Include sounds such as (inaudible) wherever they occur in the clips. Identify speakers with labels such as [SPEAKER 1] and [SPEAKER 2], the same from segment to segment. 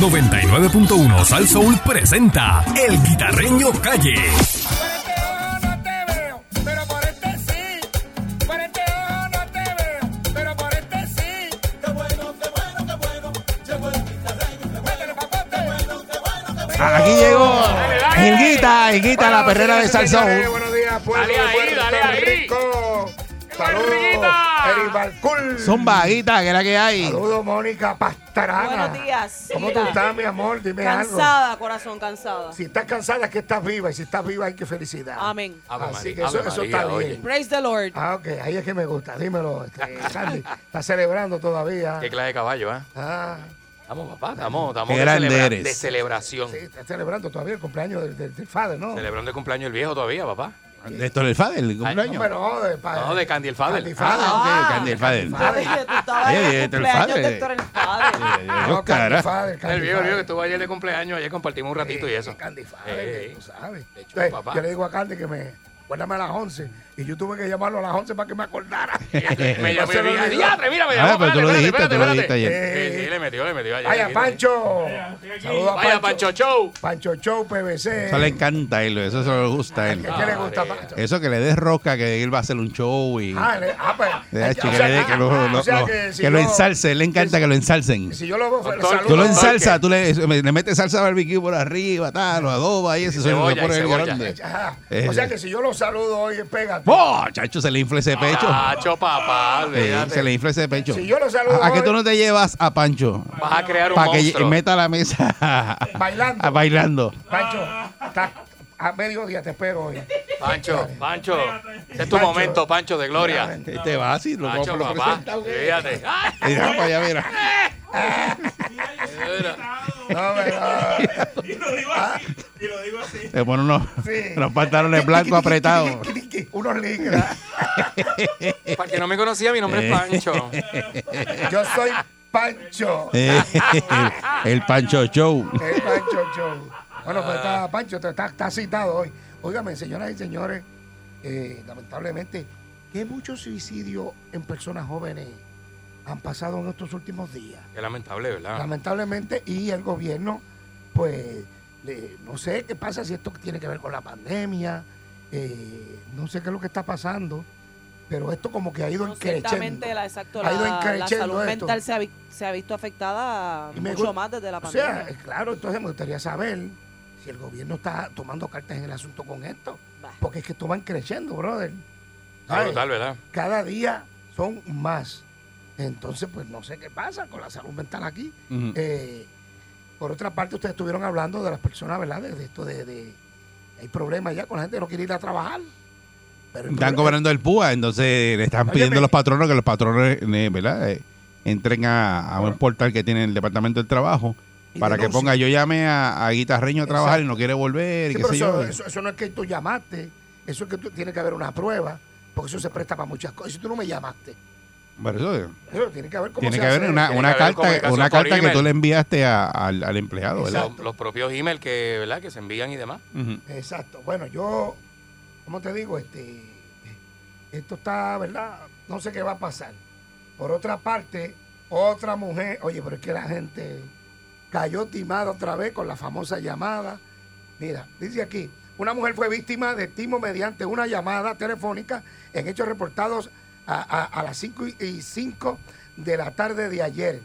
[SPEAKER 1] 99.1 Sal Soul presenta El Guitarreño Calle.
[SPEAKER 2] Por este ojo no te veo, pero por este sí. Por este ojo no te veo, pero por este sí. Qué bueno, qué bueno, qué bueno. Llegó el guitarreño, qué bueno, papote.
[SPEAKER 3] Aquí llegó Inguita, Inguita, la perrera de
[SPEAKER 4] Buenos días,
[SPEAKER 3] Salsa.
[SPEAKER 4] señores. Buenos días, pueblo
[SPEAKER 5] Dale
[SPEAKER 4] de
[SPEAKER 5] ahí,
[SPEAKER 4] Puerto
[SPEAKER 5] dale ahí.
[SPEAKER 4] Rico. Saludos,
[SPEAKER 5] Enriquita.
[SPEAKER 4] Eric Balcool.
[SPEAKER 3] Son vaguitas, que es la que hay.
[SPEAKER 4] Saludos, Mónica Pastrana.
[SPEAKER 6] Buenos días.
[SPEAKER 4] ¿Cómo tú
[SPEAKER 6] Mira,
[SPEAKER 4] estás, mi amor? Dime algo.
[SPEAKER 6] Cansada, corazón, cansada.
[SPEAKER 4] Si estás cansada, es que estás viva. Y si estás viva, hay que felicidad.
[SPEAKER 6] Amén.
[SPEAKER 5] Ave
[SPEAKER 4] Así
[SPEAKER 5] Ah, pues, María,
[SPEAKER 4] que eso,
[SPEAKER 5] Ave
[SPEAKER 4] eso
[SPEAKER 5] María,
[SPEAKER 4] está
[SPEAKER 5] oye.
[SPEAKER 4] bien.
[SPEAKER 6] Praise the Lord.
[SPEAKER 4] Ah, ok. Ahí es que me gusta. Dímelo, este, Sandy. ¿Estás celebrando todavía?
[SPEAKER 5] Qué clase de caballo, ¿eh?
[SPEAKER 4] Ah,
[SPEAKER 5] Estamos, papá, estamos, estamos
[SPEAKER 3] Qué
[SPEAKER 5] de,
[SPEAKER 3] grande
[SPEAKER 5] celebra-
[SPEAKER 3] eres.
[SPEAKER 5] de celebración.
[SPEAKER 4] sí, estás celebrando todavía el cumpleaños del, del, del father, ¿no?
[SPEAKER 5] Celebrando el cumpleaños del viejo todavía, papá.
[SPEAKER 3] De Héctor el Fader, el cumpleaños.
[SPEAKER 4] Hombre, no, oh, de padre.
[SPEAKER 5] No, de Candy el Fader.
[SPEAKER 4] Candy Fader.
[SPEAKER 3] Ah, ok, Candy el Fader.
[SPEAKER 6] Oye, tú estabas en
[SPEAKER 3] Oye, Héctor
[SPEAKER 6] el
[SPEAKER 3] el
[SPEAKER 6] cumpleaños
[SPEAKER 3] Fader.
[SPEAKER 6] de Héctor el Fader.
[SPEAKER 3] Dios,
[SPEAKER 4] No, Ah, Candy
[SPEAKER 3] cara.
[SPEAKER 4] Fader, Candy
[SPEAKER 5] el viejo, el
[SPEAKER 4] Fader.
[SPEAKER 5] viejo que estuvo ayer de cumpleaños, ayer compartimos un ratito y
[SPEAKER 3] (laughs)
[SPEAKER 5] eso.
[SPEAKER 4] Candy Fader,
[SPEAKER 5] Eh,
[SPEAKER 4] que tú sabes.
[SPEAKER 5] de hecho,
[SPEAKER 4] Entonces,
[SPEAKER 5] papá.
[SPEAKER 4] yo le digo a Candy que me. Guárdame a las 11. Y yo tuve que llamarlo a las 11 para que me acordara. (laughs)
[SPEAKER 5] me llamó y
[SPEAKER 4] Se
[SPEAKER 5] yo
[SPEAKER 4] lo
[SPEAKER 5] dije,
[SPEAKER 4] olvidó.
[SPEAKER 5] "Diatre, mira, me
[SPEAKER 3] Ah,
[SPEAKER 5] llamó,
[SPEAKER 3] pero tú lo
[SPEAKER 5] espérate,
[SPEAKER 3] dijiste,
[SPEAKER 5] espérate,
[SPEAKER 3] tú lo dijiste
[SPEAKER 5] espérate".
[SPEAKER 4] ayer.
[SPEAKER 5] Sí, sí, le metió, le metió ayer.
[SPEAKER 4] Vaya,
[SPEAKER 5] aquí,
[SPEAKER 4] Pancho. Saludos a
[SPEAKER 5] Vaya,
[SPEAKER 4] Pancho.
[SPEAKER 5] Pancho Show.
[SPEAKER 4] Pancho Show, PVC.
[SPEAKER 3] Eso le encanta a él, eso se le gusta a él.
[SPEAKER 4] ¿Qué, qué le gusta a
[SPEAKER 5] María.
[SPEAKER 4] Pancho?
[SPEAKER 3] Eso que le des roca, que él va a hacer un show y.
[SPEAKER 4] Ah, le- ah, pues,
[SPEAKER 3] De hecho,
[SPEAKER 4] o
[SPEAKER 3] que
[SPEAKER 4] sea,
[SPEAKER 3] le dé- que lo-
[SPEAKER 4] ah,
[SPEAKER 3] lo-
[SPEAKER 4] o sea
[SPEAKER 3] lo-
[SPEAKER 4] que si
[SPEAKER 3] que lo
[SPEAKER 4] yo-
[SPEAKER 3] ensalce, le encanta que lo ensalcen.
[SPEAKER 4] Si yo lo
[SPEAKER 5] Con
[SPEAKER 4] saludo,
[SPEAKER 5] todo el-
[SPEAKER 3] Tú lo
[SPEAKER 5] Todo el que-
[SPEAKER 3] ensalzas, tú le, le metes salsa barbecue por arriba, tal, lo adobas y eso se lo
[SPEAKER 5] cebolla,
[SPEAKER 3] pone
[SPEAKER 5] y
[SPEAKER 3] el
[SPEAKER 5] cebolla.
[SPEAKER 3] grande.
[SPEAKER 4] Ajá.
[SPEAKER 3] Eh,
[SPEAKER 4] O sea que si yo lo saludo hoy, pégate.
[SPEAKER 3] ¡Oh! Chacho, se le infla ese pecho.
[SPEAKER 4] Ah,
[SPEAKER 5] Pancho, papá,
[SPEAKER 3] Sí, se le
[SPEAKER 5] déjate.
[SPEAKER 3] infla ese pecho.
[SPEAKER 4] Si yo lo saludo
[SPEAKER 3] ¿A, a qué
[SPEAKER 4] hoy-
[SPEAKER 3] tú no te llevas a Pancho?
[SPEAKER 5] Vas a crear un
[SPEAKER 3] Para que lle-
[SPEAKER 5] monstruo.
[SPEAKER 3] meta la mesa (laughs)
[SPEAKER 4] Bailando.
[SPEAKER 3] a- bailando.
[SPEAKER 4] Pancho, estás a mediodía, te espero hoy.
[SPEAKER 5] Pancho, Pancho, este es tu
[SPEAKER 4] Pancho.
[SPEAKER 5] momento, Pancho, de gloria.
[SPEAKER 3] Te- Te vas este, así, lo
[SPEAKER 5] Pancho,
[SPEAKER 3] lo
[SPEAKER 5] papá,
[SPEAKER 3] presentado.
[SPEAKER 5] fíjate. ¡Ay!
[SPEAKER 3] Mira, para allá, mira.
[SPEAKER 4] No,
[SPEAKER 3] (laughs)
[SPEAKER 4] me- no.
[SPEAKER 3] Te pone unos,
[SPEAKER 4] Sí.
[SPEAKER 3] unos pantalones blancos apretados.
[SPEAKER 4] (laughs) Unos ligras.
[SPEAKER 5] Para que no me conocía, mi nombre es Pancho.
[SPEAKER 4] Yo soy Pancho.
[SPEAKER 3] Eh, el, el Pancho Show.
[SPEAKER 4] Es Pancho Show. Bueno, pues
[SPEAKER 3] Ah.
[SPEAKER 4] está, Pancho, te- está, está citado hoy. Óigame, señoras y señores, eh, lamentablemente, que muchos suicidios en personas jóvenes han pasado en estos últimos días.
[SPEAKER 5] Qué lamentable, ¿verdad?
[SPEAKER 4] Lamentablemente, y el gobierno, pues, le- no sé qué pasa si esto tiene que ver con la pandemia, eh, no sé qué es lo que está pasando, pero esto como que ha ido
[SPEAKER 6] No,
[SPEAKER 4] creciendo.
[SPEAKER 6] ciertamente, la, exacto,
[SPEAKER 4] Ha
[SPEAKER 6] la,
[SPEAKER 4] ido
[SPEAKER 6] la
[SPEAKER 4] encrechendo
[SPEAKER 6] salud
[SPEAKER 4] esto.
[SPEAKER 6] mental se ha, vi- se ha visto afectada
[SPEAKER 4] Y me
[SPEAKER 6] mucho
[SPEAKER 4] gu-
[SPEAKER 6] más desde la
[SPEAKER 4] O sea, eh,
[SPEAKER 6] pandemia.
[SPEAKER 4] claro, entonces me gustaría saber si el gobierno está tomando cartas en el asunto con esto.
[SPEAKER 6] Bah.
[SPEAKER 4] Porque es que esto van creciendo, brother.
[SPEAKER 5] Qué
[SPEAKER 4] ¿Sabes?
[SPEAKER 5] brutal, ¿verdad?
[SPEAKER 4] Cada día son más. Entonces, pues no sé qué pasa con la salud mental aquí.
[SPEAKER 3] Ujú.
[SPEAKER 4] Eh, por otra parte, ustedes estuvieron hablando de las personas, ¿verdad? De, de esto de, de- Hay problemas ya con la gente que no quiere ir a trabajar. Pero el
[SPEAKER 3] Están
[SPEAKER 4] problema-
[SPEAKER 3] cobrando el púa, entonces le están
[SPEAKER 4] Óyeme.
[SPEAKER 3] pidiendo a los patronos que los patrones, eh, ¿verdad? Eh, entren a, a un
[SPEAKER 4] Bueno.
[SPEAKER 3] portal que tiene el Departamento del Trabajo
[SPEAKER 4] Y
[SPEAKER 3] para que
[SPEAKER 4] denuncien.
[SPEAKER 3] ponga yo llame a, a Guitarreño a trabajar y no quiere
[SPEAKER 4] Sí,
[SPEAKER 3] volver, y qué
[SPEAKER 4] pero
[SPEAKER 3] sé yo.
[SPEAKER 4] eso, eso- eso no es que tú llamaste. Eso es que tú, tiene que haber una prueba. Porque eso se presta para muchas cosas. Si tú no me llamaste.
[SPEAKER 3] Por eso,
[SPEAKER 4] Eso tiene que haber cómo
[SPEAKER 3] tiene
[SPEAKER 4] se
[SPEAKER 3] que haber
[SPEAKER 4] hace.
[SPEAKER 3] una,
[SPEAKER 5] tiene
[SPEAKER 3] una
[SPEAKER 5] que haber
[SPEAKER 3] carta,
[SPEAKER 5] comunicación
[SPEAKER 3] una
[SPEAKER 5] por
[SPEAKER 3] carta que tú
[SPEAKER 5] email.
[SPEAKER 3] le enviaste a- al, al empleado, ¿verdad?
[SPEAKER 5] Los, los propios email que, ¿verdad? que se envían y demás.
[SPEAKER 3] Ujú.
[SPEAKER 4] Exacto. Bueno, yo, ¿cómo te digo? Este, esto está, ¿verdad? No sé qué va a pasar. Por otra parte, otra mujer, oye, pero es que la gente cayó timada otra vez con la famosa llamada. Mira, dice aquí, una mujer fue víctima de timo mediante una llamada telefónica en hechos reportados a, a- a las 5 y 5 de la tarde de ayer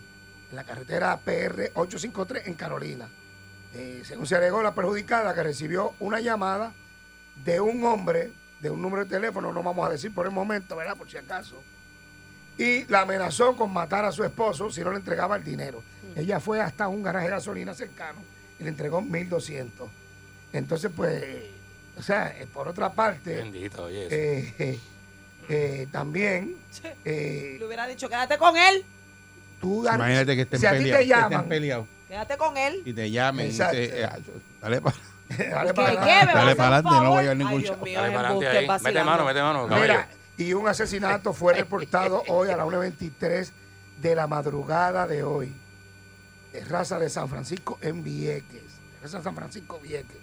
[SPEAKER 4] en la carretera PR 853 en Carolina. Eh, según se alegó, la perjudicada que recibió una llamada de un hombre, de un número de teléfono, no vamos a decir por el momento, ¿verdad? Por si acaso. Y la amenazó con matar a su esposo si no le entregaba el dinero. Ella fue hasta un garaje de gasolina cercano y le entregó 1.200. Entonces, pues, o sea, eh, por otra parte,
[SPEAKER 5] Bendito, oye. eso.
[SPEAKER 4] eh, eh, eh, también, eh,
[SPEAKER 6] Le hubiera dicho, quédate con él,
[SPEAKER 4] tú dar-
[SPEAKER 3] Imagínate que estén
[SPEAKER 4] si a ti
[SPEAKER 3] peleados,
[SPEAKER 4] te
[SPEAKER 3] que estén
[SPEAKER 4] llaman,
[SPEAKER 3] peleados
[SPEAKER 6] quédate con él.
[SPEAKER 3] y te llamen. y
[SPEAKER 4] Exacto.
[SPEAKER 3] te- eh, ah, dale para
[SPEAKER 4] (laughs) dale para
[SPEAKER 6] ¿Qué, qué?
[SPEAKER 4] atrás.
[SPEAKER 3] Dale
[SPEAKER 6] ¿Me vas a
[SPEAKER 3] para
[SPEAKER 6] hacer
[SPEAKER 3] adelante, no
[SPEAKER 6] favor?
[SPEAKER 3] voy a ningún
[SPEAKER 6] Ay, Dios
[SPEAKER 3] show.
[SPEAKER 6] mío,
[SPEAKER 5] Dale
[SPEAKER 6] es
[SPEAKER 5] para adelante
[SPEAKER 6] embuste,
[SPEAKER 5] ahí. Mete
[SPEAKER 6] vacilando.
[SPEAKER 5] mano, mete mano, caballo.
[SPEAKER 4] Mira, y un asesinato fue reportado hoy a las 1.23 de la madrugada de hoy. Terraza de San Francisco en Vieques. Terraza de San Francisco, Vieques.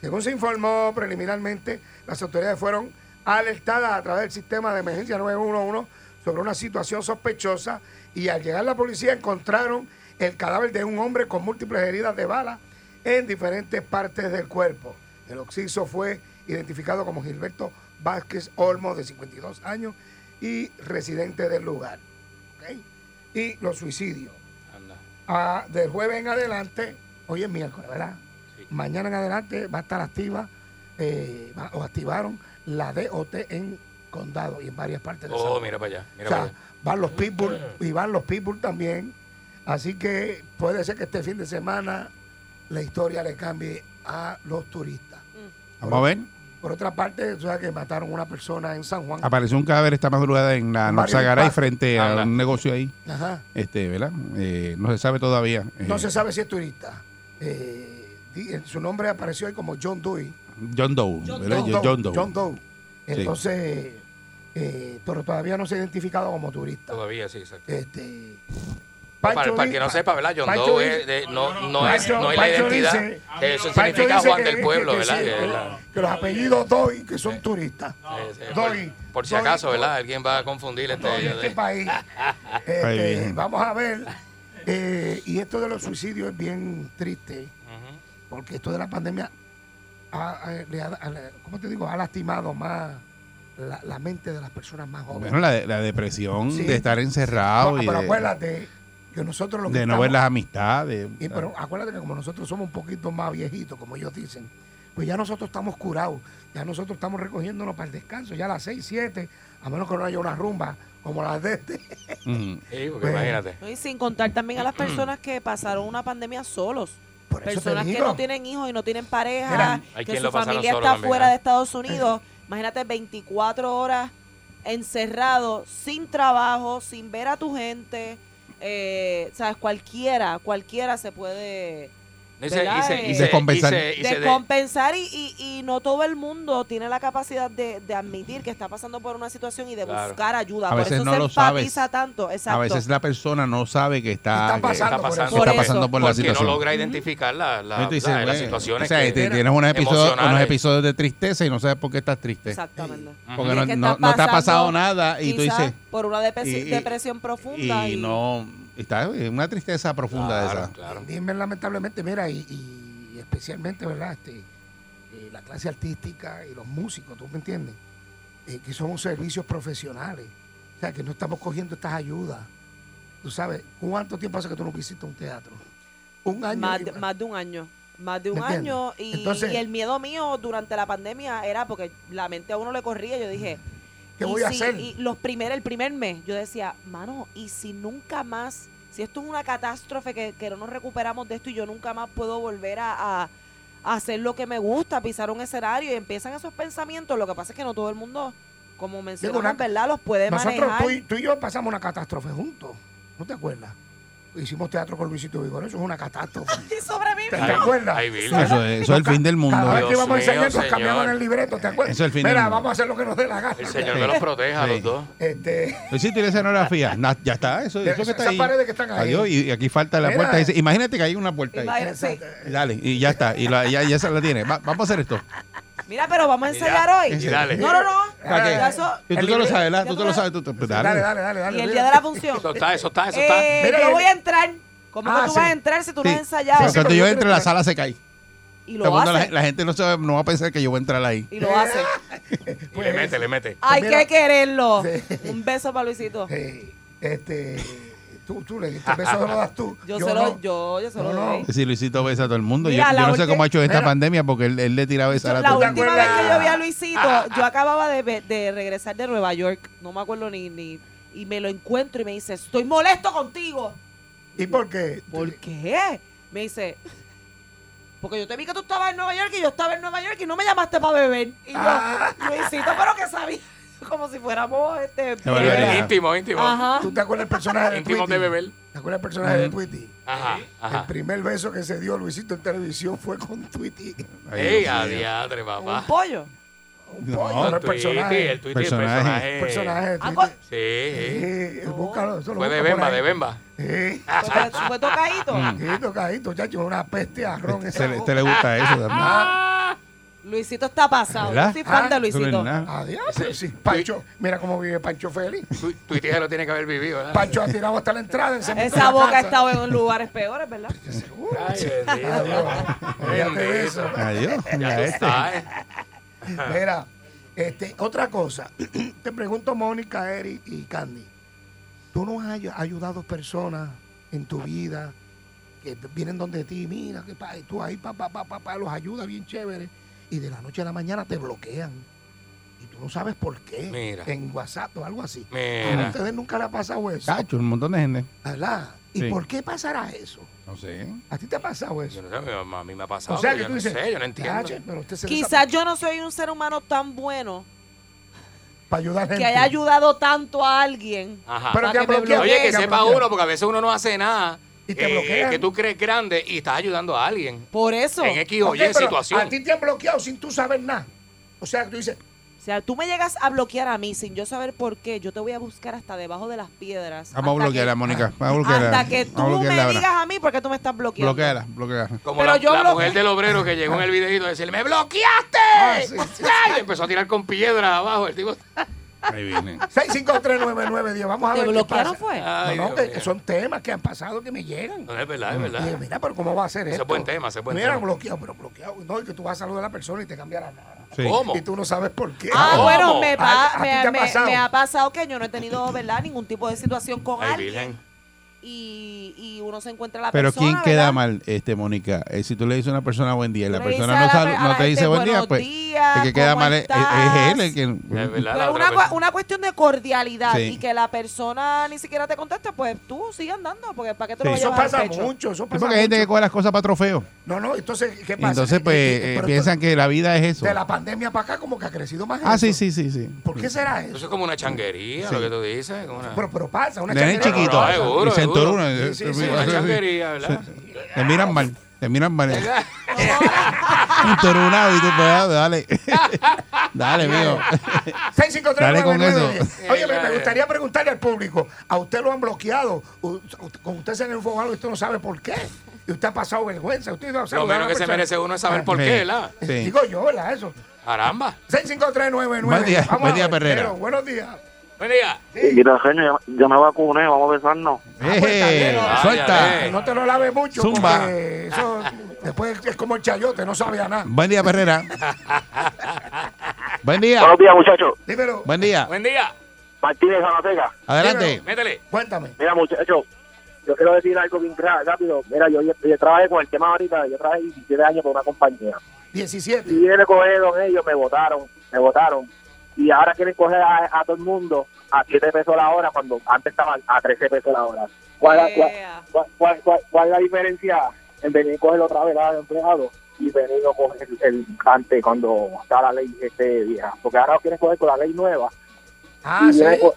[SPEAKER 4] Según se informó preliminarmente, las autoridades fueron alertadas a través del sistema de emergencia 911 sobre una situación sospechosa y al llegar la policía encontraron el cadáver de un hombre con múltiples heridas de bala en diferentes partes del cuerpo. El occiso fue identificado como Gilberto Vázquez Olmo, de 52 años y residente del lugar. ¿ok? Y los suicidios.
[SPEAKER 5] Anda.
[SPEAKER 4] Ah, del jueves en adelante, hoy es miércoles, ¿verdad?
[SPEAKER 5] Sí.
[SPEAKER 4] Mañana en adelante va a estar activa eh, va- o activaron la DOT en condado y en varias partes de
[SPEAKER 5] Oh,
[SPEAKER 4] San-
[SPEAKER 5] mira para allá. Mira
[SPEAKER 4] o
[SPEAKER 5] para
[SPEAKER 4] sea,
[SPEAKER 5] allá.
[SPEAKER 4] van los pitbull y van los pitbull también. Así que puede ser que este fin de semana la historia le cambie a los turistas.
[SPEAKER 3] Vamos a ver.
[SPEAKER 4] Por otra parte, o sea que mataron una persona en San Juan.
[SPEAKER 3] Apareció un cadáver esta madrugada en la
[SPEAKER 4] Barrio
[SPEAKER 3] Norzagaray
[SPEAKER 4] Paz.
[SPEAKER 3] frente a
[SPEAKER 5] Anda.
[SPEAKER 3] un negocio ahí.
[SPEAKER 4] Ajá.
[SPEAKER 3] Este, ¿verdad? Eh, no se sabe todavía. Eh,
[SPEAKER 4] No se sabe si es turista. Eh, di- eh, su nombre apareció ahí como John Dewey.
[SPEAKER 3] John Doe, ¿verdad? John, Doe.
[SPEAKER 4] John Doe. Entonces, eh, pero todavía no se ha identificado como turista.
[SPEAKER 5] Todavía, sí, exacto.
[SPEAKER 4] Este,
[SPEAKER 5] Para, para el que no
[SPEAKER 4] di-
[SPEAKER 5] sepa, ¿verdad? John
[SPEAKER 4] Pancho
[SPEAKER 5] Doe
[SPEAKER 4] di-
[SPEAKER 5] es de- no, no es,
[SPEAKER 4] Pancho-
[SPEAKER 5] no es la
[SPEAKER 4] Pancho
[SPEAKER 5] identidad.
[SPEAKER 4] dice-
[SPEAKER 5] Eso
[SPEAKER 4] Pancho
[SPEAKER 5] significa
[SPEAKER 4] dice
[SPEAKER 5] Juan
[SPEAKER 4] que-
[SPEAKER 5] del Pueblo,
[SPEAKER 4] que- que
[SPEAKER 5] ¿verdad?
[SPEAKER 4] sí,
[SPEAKER 5] Que es
[SPEAKER 4] que-
[SPEAKER 5] la-
[SPEAKER 4] que los apellidos Doy, que son turistas.
[SPEAKER 5] es- es
[SPEAKER 4] Doy.
[SPEAKER 5] por, por si
[SPEAKER 4] Doy.
[SPEAKER 5] acaso, ¿verdad? Alguien va a confundir este.
[SPEAKER 4] Doy, este país. Este,
[SPEAKER 3] Ay, bien.
[SPEAKER 4] vamos a ver. eh, y esto de los suicidios es bien triste,
[SPEAKER 5] Ujú.
[SPEAKER 4] porque esto de la pandemia, ha- ha- le ha- a la- ¿cómo te digo? Ha lastimado más la, la mente de las personas más jóvenes.
[SPEAKER 3] Bueno, la, la depresión
[SPEAKER 4] Sí.
[SPEAKER 3] de estar encerrado
[SPEAKER 4] No,
[SPEAKER 3] y
[SPEAKER 4] pero
[SPEAKER 3] de-
[SPEAKER 4] acuérdate que nosotros los que
[SPEAKER 3] de no
[SPEAKER 4] estamos-
[SPEAKER 3] ver las amistades.
[SPEAKER 4] Y, pero acuérdate que como nosotros somos un poquito más viejitos, como ellos dicen, pues ya nosotros estamos curados, ya nosotros estamos recogiéndonos para el descanso, ya a las 6, 7, a menos que no haya una rumba como las de este. (laughs)
[SPEAKER 3] Ujú.
[SPEAKER 5] Sí, porque
[SPEAKER 4] Bueno.
[SPEAKER 5] imagínate.
[SPEAKER 6] No, y sin contar también a
[SPEAKER 5] Mm.
[SPEAKER 6] las personas que pasaron una pandemia solos.
[SPEAKER 4] Por eso
[SPEAKER 6] Personas
[SPEAKER 4] te
[SPEAKER 6] que
[SPEAKER 4] digo,
[SPEAKER 6] no tienen hijos y no tienen pareja,
[SPEAKER 4] Mira,
[SPEAKER 5] Hay
[SPEAKER 6] que
[SPEAKER 5] quien
[SPEAKER 6] su
[SPEAKER 5] lo pasaron
[SPEAKER 6] familia
[SPEAKER 5] solo
[SPEAKER 6] está
[SPEAKER 5] también,
[SPEAKER 6] fuera
[SPEAKER 5] ¿eh?
[SPEAKER 6] de Estados Unidos. Imagínate 24 horas encerrado, sin trabajo, sin ver a tu gente. Eh, sabes, cualquiera, cualquiera se puede
[SPEAKER 5] Y se, y se, y
[SPEAKER 6] Eh,
[SPEAKER 5] se, y
[SPEAKER 3] Descompensar.
[SPEAKER 5] se, y se de-
[SPEAKER 6] descompensar y, y- y no todo el mundo tiene la capacidad de, de admitir que está pasando por una situación y de
[SPEAKER 5] Claro.
[SPEAKER 6] buscar ayuda.
[SPEAKER 3] A
[SPEAKER 6] por
[SPEAKER 3] veces
[SPEAKER 6] eso
[SPEAKER 3] no
[SPEAKER 6] se
[SPEAKER 3] lo
[SPEAKER 6] enfatiza
[SPEAKER 3] sabes.
[SPEAKER 6] tanto. Exacto.
[SPEAKER 3] A veces la persona no sabe que está,
[SPEAKER 4] Está pasando. por
[SPEAKER 5] está
[SPEAKER 4] eso.
[SPEAKER 5] pasando
[SPEAKER 6] Por
[SPEAKER 5] porque-
[SPEAKER 6] eso.
[SPEAKER 3] pasando por la
[SPEAKER 5] porque
[SPEAKER 3] situación.
[SPEAKER 5] no logra identificar la, la,
[SPEAKER 3] Entonces,
[SPEAKER 5] la- las
[SPEAKER 3] Pues, bueno,
[SPEAKER 5] situaciones
[SPEAKER 3] o sea,
[SPEAKER 5] que-
[SPEAKER 3] te- tienes unos episodios,
[SPEAKER 5] emocionales.
[SPEAKER 3] unos episodios de tristeza y no sabes por qué estás triste.
[SPEAKER 6] Exactamente.
[SPEAKER 3] Porque
[SPEAKER 6] Y
[SPEAKER 3] no,
[SPEAKER 6] es que
[SPEAKER 3] no-
[SPEAKER 6] está
[SPEAKER 3] no te ha pasado
[SPEAKER 6] pasando
[SPEAKER 3] nada y tú
[SPEAKER 6] Quizás
[SPEAKER 3] dices,
[SPEAKER 6] por una depres-
[SPEAKER 3] y- y-
[SPEAKER 6] depresión profunda.
[SPEAKER 3] y
[SPEAKER 6] Y,
[SPEAKER 3] no, está en una tristeza profunda de
[SPEAKER 5] Claro,
[SPEAKER 3] esa.
[SPEAKER 5] claro.
[SPEAKER 4] dime, lamentablemente, mira, y, y especialmente, ¿verdad? Este, eh, la clase artística y los músicos, ¿tú me entiendes? Eh, que son servicios profesionales. O sea, que no estamos cogiendo estas ayudas. Tú sabes, ¿cuánto tiempo hace que tú no visitas un teatro? Un año.
[SPEAKER 6] más,
[SPEAKER 4] y-
[SPEAKER 6] de- más de un año. Más de
[SPEAKER 4] ¿Me
[SPEAKER 6] un
[SPEAKER 4] entiendes?
[SPEAKER 6] año. Y,
[SPEAKER 4] Entonces-
[SPEAKER 6] y el miedo mío durante la pandemia era porque la mente a uno le corría. Yo dije,
[SPEAKER 4] ¿Qué
[SPEAKER 6] ¿y
[SPEAKER 4] voy a
[SPEAKER 6] si-
[SPEAKER 4] hacer?
[SPEAKER 6] Y los primer, el primer mes, yo decía, mano, ¿y si nunca más? Si esto es una catástrofe que, que no nos recuperamos de esto y yo nunca más puedo volver a, a- a hacer lo que me gusta, pisar un escenario y empiezan esos pensamientos. Lo que pasa es que no todo el mundo, como mencionamos,
[SPEAKER 4] una-
[SPEAKER 6] ¿verdad? Los puede
[SPEAKER 4] Nosotros,
[SPEAKER 6] manejar.
[SPEAKER 4] tú y, tú y yo pasamos una catástrofe juntos. ¿No te acuerdas? Hicimos teatro con Luisito Vigor. Eso es una catástrofe.
[SPEAKER 6] Y sobrevive.
[SPEAKER 4] ¿Te acuerdas?
[SPEAKER 5] Ay, Bill.
[SPEAKER 3] Eso, es- eso es el fin del mundo.
[SPEAKER 4] Cada vez
[SPEAKER 5] Dios
[SPEAKER 4] que íbamos a
[SPEAKER 5] mío,
[SPEAKER 4] enseñar, nos
[SPEAKER 5] señor.
[SPEAKER 4] cambiaban el libreto. ¿Te acuerdas?
[SPEAKER 3] Eso es el fin del
[SPEAKER 4] Mira,
[SPEAKER 3] mundo.
[SPEAKER 4] vamos a hacer lo que nos dé la gana.
[SPEAKER 5] El Señor me los proteja a
[SPEAKER 3] Sí.
[SPEAKER 5] los dos.
[SPEAKER 4] Este,
[SPEAKER 3] Hiciste la escenografía. na- ya está, eso, eso que
[SPEAKER 4] esas
[SPEAKER 3] está ahí.
[SPEAKER 4] paredes que están ahí.
[SPEAKER 3] Adiós, y y aquí falta la
[SPEAKER 4] Mira.
[SPEAKER 3] puerta. Dice, imagínate que hay una puerta ahí.
[SPEAKER 6] Imagínate, sí.
[SPEAKER 3] Dale, y ya está. Y la- ya, ya se la tiene. Va- vamos a hacer esto.
[SPEAKER 6] Mira, pero vamos a
[SPEAKER 5] Y ya,
[SPEAKER 6] ensayar hoy.
[SPEAKER 5] y
[SPEAKER 4] Eh,
[SPEAKER 5] dale.
[SPEAKER 6] No, no, no.
[SPEAKER 3] ¿Para qué?
[SPEAKER 6] Ya eso-
[SPEAKER 3] Y tú
[SPEAKER 4] El
[SPEAKER 3] te lo
[SPEAKER 4] libro-
[SPEAKER 3] sabes, ¿verdad?
[SPEAKER 6] ya
[SPEAKER 3] Tú
[SPEAKER 6] tú
[SPEAKER 3] te lo
[SPEAKER 6] sabes.
[SPEAKER 3] sabes. Tú, te- pues,
[SPEAKER 4] dale, dale, dale. dale
[SPEAKER 6] y el
[SPEAKER 4] olvídate.
[SPEAKER 6] día de la función.
[SPEAKER 5] Eso está, eso está, eso está.
[SPEAKER 6] Eh,
[SPEAKER 4] Ah, Mira,
[SPEAKER 6] yo
[SPEAKER 4] eh.
[SPEAKER 6] voy a entrar. ¿Cómo
[SPEAKER 4] Ah,
[SPEAKER 6] que tú
[SPEAKER 4] sí.
[SPEAKER 6] vas a entrar si tú
[SPEAKER 3] Sí.
[SPEAKER 6] no has
[SPEAKER 3] Pero
[SPEAKER 6] ensayado?
[SPEAKER 4] sí,
[SPEAKER 3] cuando
[SPEAKER 4] pero
[SPEAKER 3] yo
[SPEAKER 4] yo
[SPEAKER 3] entre,
[SPEAKER 4] creo
[SPEAKER 3] la
[SPEAKER 4] que-
[SPEAKER 3] sala se cae.
[SPEAKER 6] Y
[SPEAKER 3] O sea,
[SPEAKER 6] lo
[SPEAKER 3] cuando la,
[SPEAKER 6] hace.
[SPEAKER 3] la gente no, se, va- no va a pensar que yo voy a entrar ahí.
[SPEAKER 6] Y lo hace.
[SPEAKER 5] Y le mete, le mete.
[SPEAKER 6] (laughs) Hay
[SPEAKER 4] Pues Mira.
[SPEAKER 6] que quererlo.
[SPEAKER 4] Sí.
[SPEAKER 6] Un beso para Luisito.
[SPEAKER 4] Eh, este, tú, tú le diste beso, no lo das tú.
[SPEAKER 6] (laughs) Yo se lo,
[SPEAKER 4] no.
[SPEAKER 6] yo, yo se lo
[SPEAKER 4] No, no.
[SPEAKER 6] doy.
[SPEAKER 3] Si Luisito besa a todo el mundo. Yo-
[SPEAKER 6] Mira,
[SPEAKER 3] yo,
[SPEAKER 6] la
[SPEAKER 3] no sé
[SPEAKER 6] última-
[SPEAKER 3] cómo ha hecho esta
[SPEAKER 4] Mira.
[SPEAKER 3] pandemia porque él, él le tiraba
[SPEAKER 6] Yo-
[SPEAKER 3] besar a
[SPEAKER 6] la
[SPEAKER 3] todo el mundo.
[SPEAKER 6] última vez que yo vi a
[SPEAKER 4] acuerdas?
[SPEAKER 6] Luisito, yo acababa de, ve- de regresar de Nueva York, no me acuerdo ni, ni, y me lo encuentro y me dice, estoy molesto contigo.
[SPEAKER 4] ¿Y por qué?
[SPEAKER 6] ¿Por qué? Me dice, porque yo te vi que tú estabas en Nueva York y yo estaba en Nueva York y no me llamaste para beber. Y yo,
[SPEAKER 4] Ah.
[SPEAKER 6] Luisito, pero que sabía, (laughs) como si fuéramos este...
[SPEAKER 3] Qué barbaridad.
[SPEAKER 6] bebés.
[SPEAKER 5] Íntimo, íntimo.
[SPEAKER 6] Ajá.
[SPEAKER 4] ¿Tú te acuerdas del personaje de
[SPEAKER 5] Íntimo
[SPEAKER 4] Twitty?
[SPEAKER 5] de beber.
[SPEAKER 4] ¿Te acuerdas del personaje de Twitty?
[SPEAKER 5] Ajá,
[SPEAKER 4] El
[SPEAKER 5] ajá.
[SPEAKER 4] primer beso que se dio Luisito en televisión fue con Twitty.
[SPEAKER 5] Eh.
[SPEAKER 3] Ay, Dios
[SPEAKER 5] Ey,
[SPEAKER 3] mío.
[SPEAKER 5] adiadre,
[SPEAKER 6] Un
[SPEAKER 3] Ah.
[SPEAKER 5] papá.
[SPEAKER 6] pollo.
[SPEAKER 4] Un
[SPEAKER 3] No,
[SPEAKER 4] pollo, no, el
[SPEAKER 5] Tweety,
[SPEAKER 4] personaje.
[SPEAKER 5] el
[SPEAKER 4] El
[SPEAKER 5] Tweety,
[SPEAKER 3] Personaje.
[SPEAKER 5] el
[SPEAKER 4] personaje
[SPEAKER 5] personaje.
[SPEAKER 4] de
[SPEAKER 6] Ah,
[SPEAKER 4] Twitty.
[SPEAKER 5] Sí, Sí.
[SPEAKER 4] Eh, búscalo, eso lo
[SPEAKER 5] Fue de
[SPEAKER 4] busca por
[SPEAKER 5] Bemba,
[SPEAKER 4] ahí.
[SPEAKER 5] de Bemba.
[SPEAKER 4] Eh,
[SPEAKER 6] Fue, fue tocadito.
[SPEAKER 3] Mm.
[SPEAKER 4] Tocadito, chacho, una peste de arrón.
[SPEAKER 3] Este,
[SPEAKER 4] esa.
[SPEAKER 3] este le gusta eso también.
[SPEAKER 4] Ah,
[SPEAKER 6] Luisito está pasado.
[SPEAKER 3] ¿Verdad?
[SPEAKER 6] Yo soy fan
[SPEAKER 4] Ah,
[SPEAKER 6] de
[SPEAKER 3] no
[SPEAKER 6] Luisito.
[SPEAKER 3] es nada.
[SPEAKER 4] Adiós. Sí, sí. Pancho, mira cómo vive Pancho Félix.
[SPEAKER 5] Tu, tu hija lo tiene que haber vivido. ¿verdad?
[SPEAKER 4] Pancho ha tirado hasta la entrada. en cemento de
[SPEAKER 6] Esa
[SPEAKER 4] la
[SPEAKER 6] boca ha
[SPEAKER 4] casa.
[SPEAKER 6] estado en lugares peores,
[SPEAKER 4] (laughs)
[SPEAKER 6] ¿verdad?
[SPEAKER 4] Seguro.
[SPEAKER 5] Ay, bendito.
[SPEAKER 4] (laughs) Fíjate de eso.
[SPEAKER 6] (laughs)
[SPEAKER 3] Adiós.
[SPEAKER 5] Ya
[SPEAKER 3] mira
[SPEAKER 5] tú
[SPEAKER 3] este.
[SPEAKER 5] sabes. Ah.
[SPEAKER 4] Mira, este, otra cosa. (clears throat) Te pregunto, Mónica, Eric y Candy. ¿Tú no has ayu- ayudado personas en tu vida que vienen donde ti? Mira, que pa- y tú ahí, pa, pa, pa, pa, pa, los ayudas bien chévere. Y de la noche a la mañana te bloquean. Y tú no sabes por qué.
[SPEAKER 5] Mira.
[SPEAKER 4] En WhatsApp o algo así. A
[SPEAKER 5] Mira.
[SPEAKER 4] ustedes nunca le ha pasado eso.
[SPEAKER 3] Cacho, un montón de gente.
[SPEAKER 4] ¿Verdad? ¿Y
[SPEAKER 3] Ah. Sí.
[SPEAKER 4] por qué pasará eso?
[SPEAKER 3] No sé.
[SPEAKER 4] ¿A ti te ha pasado
[SPEAKER 5] Yo
[SPEAKER 4] eso?
[SPEAKER 5] no sé, pero a mí me ha pasado.
[SPEAKER 4] o sea,
[SPEAKER 5] pero
[SPEAKER 4] que
[SPEAKER 5] yo
[SPEAKER 4] tú
[SPEAKER 5] no
[SPEAKER 4] dices,
[SPEAKER 5] sé, yo no entiendo.
[SPEAKER 4] "Tache, pero usted se
[SPEAKER 6] Quizás yo no soy un ser humano tan bueno
[SPEAKER 4] para ayudar gente.
[SPEAKER 6] que haya ayudado tanto a alguien.
[SPEAKER 5] Ajá.
[SPEAKER 4] Pero
[SPEAKER 6] Pa'
[SPEAKER 4] te
[SPEAKER 6] que
[SPEAKER 4] han
[SPEAKER 6] me
[SPEAKER 4] bloqueado.
[SPEAKER 5] Oye, que
[SPEAKER 4] te han
[SPEAKER 5] sepa
[SPEAKER 4] bloqueado.
[SPEAKER 5] uno, porque a veces uno no hace nada. eh,
[SPEAKER 4] Y te bloquean.
[SPEAKER 5] que tú crees grande y estás ayudando a alguien.
[SPEAKER 6] Por eso.
[SPEAKER 5] En X o
[SPEAKER 4] Ok,
[SPEAKER 5] Y
[SPEAKER 4] pero
[SPEAKER 5] situación.
[SPEAKER 4] A ti te han bloqueado sin tú saber nada. O sea, que tú dices,
[SPEAKER 6] O sea, tú me llegas a bloquear a mí sin yo saber por qué. Yo te voy a buscar hasta debajo de las piedras.
[SPEAKER 3] Vamos a
[SPEAKER 6] hasta
[SPEAKER 3] bloquearla,
[SPEAKER 6] que-
[SPEAKER 3] Mónica. Vamos a bloquearla.
[SPEAKER 6] Hasta que tú
[SPEAKER 3] Vamos a
[SPEAKER 6] me
[SPEAKER 3] bloquearla ahora.
[SPEAKER 6] digas a mí por qué tú me estás bloqueando.
[SPEAKER 3] Bloqueala, bloqueala.
[SPEAKER 5] Como
[SPEAKER 6] Pero
[SPEAKER 5] la,
[SPEAKER 6] yo
[SPEAKER 5] la
[SPEAKER 6] bloqueo.
[SPEAKER 5] mujer del obrero que llegó en el videito a decir, ¡me bloqueaste!
[SPEAKER 4] Ah, sí, sí,
[SPEAKER 5] ¡Ay! Y empezó a tirar con piedras abajo. El tipo.
[SPEAKER 3] Ahí viene.
[SPEAKER 4] 6539910, vamos a
[SPEAKER 6] ¿Te
[SPEAKER 4] ver qué
[SPEAKER 6] bloquearon pues.
[SPEAKER 4] pasa. Ah,
[SPEAKER 6] fue?
[SPEAKER 5] Ay,
[SPEAKER 4] no, no,
[SPEAKER 5] Dios
[SPEAKER 4] que,
[SPEAKER 5] mío.
[SPEAKER 4] que son temas que han pasado que me llegan.
[SPEAKER 5] No, es verdad, es
[SPEAKER 4] Y yo,
[SPEAKER 5] verdad.
[SPEAKER 4] mira, pero ¿cómo va a ser
[SPEAKER 5] Ese
[SPEAKER 4] esto?
[SPEAKER 5] es buen tema, ese es buen
[SPEAKER 4] Mira,
[SPEAKER 5] tema.
[SPEAKER 4] bloqueado, pero bloqueado. No, y que tú vas a saludar a la persona y te cambia la cara.
[SPEAKER 3] Sí.
[SPEAKER 6] Oh,
[SPEAKER 5] ¿Cómo? Oh.
[SPEAKER 4] Y tú no sabes por qué.
[SPEAKER 6] Ah,
[SPEAKER 5] ¿Cómo?
[SPEAKER 6] bueno, me, pa-
[SPEAKER 4] ¿A- a ti
[SPEAKER 6] me,
[SPEAKER 4] te ha
[SPEAKER 6] me-
[SPEAKER 4] pasado?
[SPEAKER 6] me ha pasado que yo no he tenido, ¿verdad?, ningún tipo de situación con
[SPEAKER 5] Ay,
[SPEAKER 6] alguien.
[SPEAKER 5] virgen.
[SPEAKER 6] Y, y uno se encuentra a la
[SPEAKER 3] Pero
[SPEAKER 6] persona.
[SPEAKER 3] ¿quién queda
[SPEAKER 6] ¿verdad?
[SPEAKER 3] mal, este Mónica? Eh, si tú le dices a una persona buen día y la
[SPEAKER 6] Tú le
[SPEAKER 3] persona no,
[SPEAKER 6] dices a la-
[SPEAKER 3] sal-
[SPEAKER 6] a
[SPEAKER 3] no
[SPEAKER 6] la
[SPEAKER 3] te dice
[SPEAKER 6] gente,
[SPEAKER 3] buen día,
[SPEAKER 6] "Buenos
[SPEAKER 3] pues
[SPEAKER 6] días,
[SPEAKER 3] el que queda
[SPEAKER 6] ¿cómo
[SPEAKER 3] mal es, es- es él. El que,
[SPEAKER 5] Es verdad. la
[SPEAKER 6] Pero
[SPEAKER 5] otra
[SPEAKER 6] Pues una,
[SPEAKER 5] persona.
[SPEAKER 6] cua- una cuestión de cordialidad
[SPEAKER 3] Sí.
[SPEAKER 6] y que la persona ni siquiera te conteste, pues tú sigue andando, porque ¿para qué te
[SPEAKER 3] Sí.
[SPEAKER 6] lo vas a
[SPEAKER 4] Eso
[SPEAKER 6] llevar al
[SPEAKER 4] pasa
[SPEAKER 6] pecho?
[SPEAKER 4] mucho, eso
[SPEAKER 3] Sí,
[SPEAKER 4] pasa
[SPEAKER 3] porque hay gente que
[SPEAKER 4] mucho.
[SPEAKER 3] coge las cosas para trofeo.
[SPEAKER 4] No, no, entonces, ¿qué
[SPEAKER 3] Y
[SPEAKER 4] pasa?
[SPEAKER 3] entonces, pues,
[SPEAKER 4] Eh, eh,
[SPEAKER 3] eh,
[SPEAKER 4] pero
[SPEAKER 3] piensan que la vida es
[SPEAKER 4] esto-
[SPEAKER 3] eso.
[SPEAKER 4] De la pandemia para acá como que ha crecido más
[SPEAKER 3] Ah,
[SPEAKER 4] eso.
[SPEAKER 3] sí, sí, sí, sí.
[SPEAKER 4] ¿Por qué será
[SPEAKER 5] Eso
[SPEAKER 4] eso?
[SPEAKER 5] es como una changuería, lo
[SPEAKER 3] Sí.
[SPEAKER 5] que tú dices. como una-
[SPEAKER 4] Pero, pero pasa, una
[SPEAKER 3] Le den
[SPEAKER 4] changuería.
[SPEAKER 3] chiquito. eh,
[SPEAKER 5] No, Ah, seguro,
[SPEAKER 3] y se
[SPEAKER 5] seguro.
[SPEAKER 3] entoruna.
[SPEAKER 4] Sí, sí, sí,
[SPEAKER 5] Sí, una changuería, ¿verdad?
[SPEAKER 3] Te miran mal. Te miran mal. Entorunado y tú, pues, ah,
[SPEAKER 4] (laughs)
[SPEAKER 3] dale. dale, mío.
[SPEAKER 4] 653
[SPEAKER 3] Dale con
[SPEAKER 5] eso.
[SPEAKER 4] Oye, me, me gustaría preguntarle al público, ¿a usted lo han bloqueado? U- u- Con usted se han enfocado y usted no sabe por qué. Y usted ha pasado vergüenza. Usted no
[SPEAKER 5] Lo menos que se merece uno es saber por
[SPEAKER 3] Sí.
[SPEAKER 5] qué, ¿verdad?
[SPEAKER 3] Sí.
[SPEAKER 4] Ah. (laughs) Digo yo, ¿verdad? Eso.
[SPEAKER 5] Caramba.
[SPEAKER 4] 65399.
[SPEAKER 3] Buen día,
[SPEAKER 4] Vamos
[SPEAKER 3] buen
[SPEAKER 4] a
[SPEAKER 3] día,
[SPEAKER 4] ver,
[SPEAKER 3] Perrera.
[SPEAKER 4] pero buenos días.
[SPEAKER 5] Buen día.
[SPEAKER 7] Mira, genio, ya, ya me vacuné, vamos a besarnos.
[SPEAKER 4] pues, está bien,
[SPEAKER 3] Eh,
[SPEAKER 4] vaya,
[SPEAKER 3] suelta.
[SPEAKER 5] eh.
[SPEAKER 4] No te lo laves mucho.
[SPEAKER 3] Zumba.
[SPEAKER 4] porque Eso, después es como el chayote, no sabía nada.
[SPEAKER 3] Buen día, Perrera. Buen día.
[SPEAKER 7] Buenos días, muchachos.
[SPEAKER 4] Dímelo,
[SPEAKER 3] Buen día.
[SPEAKER 5] (laughs) Buen día.
[SPEAKER 7] Martín de Zanatega.
[SPEAKER 3] Adelante.
[SPEAKER 5] Métele.
[SPEAKER 4] cuéntame.
[SPEAKER 7] Mira, muchachos, yo quiero decir algo bien ra- rápido. Mira, yo, yo, yo trabajé con el tema ahorita, yo trabajé 17 años con una compañía.
[SPEAKER 4] 17.
[SPEAKER 7] Y viene cogieron ellos, me votaron, me votaron. Y ahora quieren coger a, a todo el mundo a 7 pesos la hora cuando antes estaban a 13 pesos la hora. ¿Cuál,
[SPEAKER 6] Eh, (laughs)
[SPEAKER 7] la- cuál,
[SPEAKER 6] Ea.
[SPEAKER 7] cuál, cuál- cuál- cuál es la diferencia en venir a coger otra vez al empleado y venir a coger el antes cuando está la ley este vieja? Porque ahora lo quieren coger con la ley nueva
[SPEAKER 4] Ah,
[SPEAKER 7] y
[SPEAKER 4] sí.
[SPEAKER 7] viene con-